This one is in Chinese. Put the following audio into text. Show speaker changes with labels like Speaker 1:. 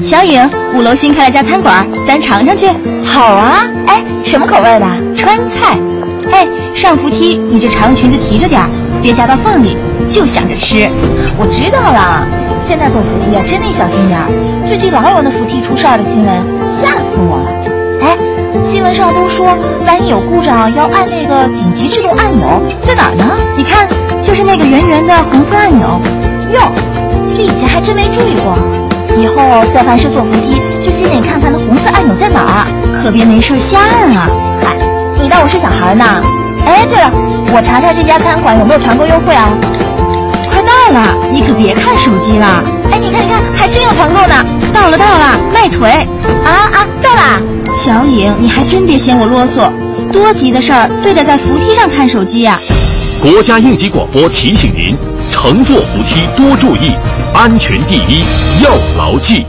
Speaker 1: 小颖，五楼新开了家餐馆，咱尝尝去。
Speaker 2: 好啊，哎，什么口味的？
Speaker 1: 川菜。哎，上扶梯你这长裙子提着点儿，别夹到缝里。就想着吃，
Speaker 2: 我知道了。现在坐扶梯啊，真得小心点儿。最近老有那扶梯出事儿的新闻，吓死我了。哎，新闻上都说，万一有故障要按那个紧急制动按钮，在哪儿呢？
Speaker 1: 你看，就是那个圆圆的红色按钮。
Speaker 2: 哟，这以前还真没注意过。以后再凡是坐扶梯，就先得看看那红色按钮在哪儿，
Speaker 1: 可别没事瞎按啊！
Speaker 2: 嗨，你当我是小孩呢？哎，对了，我查查这家餐馆有没有团购优惠啊。
Speaker 1: 快到了，你可别看手机了。
Speaker 2: 哎，你看，你看，还真有团购呢！
Speaker 1: 到了，到了，迈腿！
Speaker 2: 啊啊，到啦！
Speaker 1: 小颖，你还真别嫌我啰嗦，多急的事儿，非得在扶梯上看手机呀、
Speaker 3: 啊！国家应急广播提醒您：乘坐扶梯多注意，安全第一，要牢记。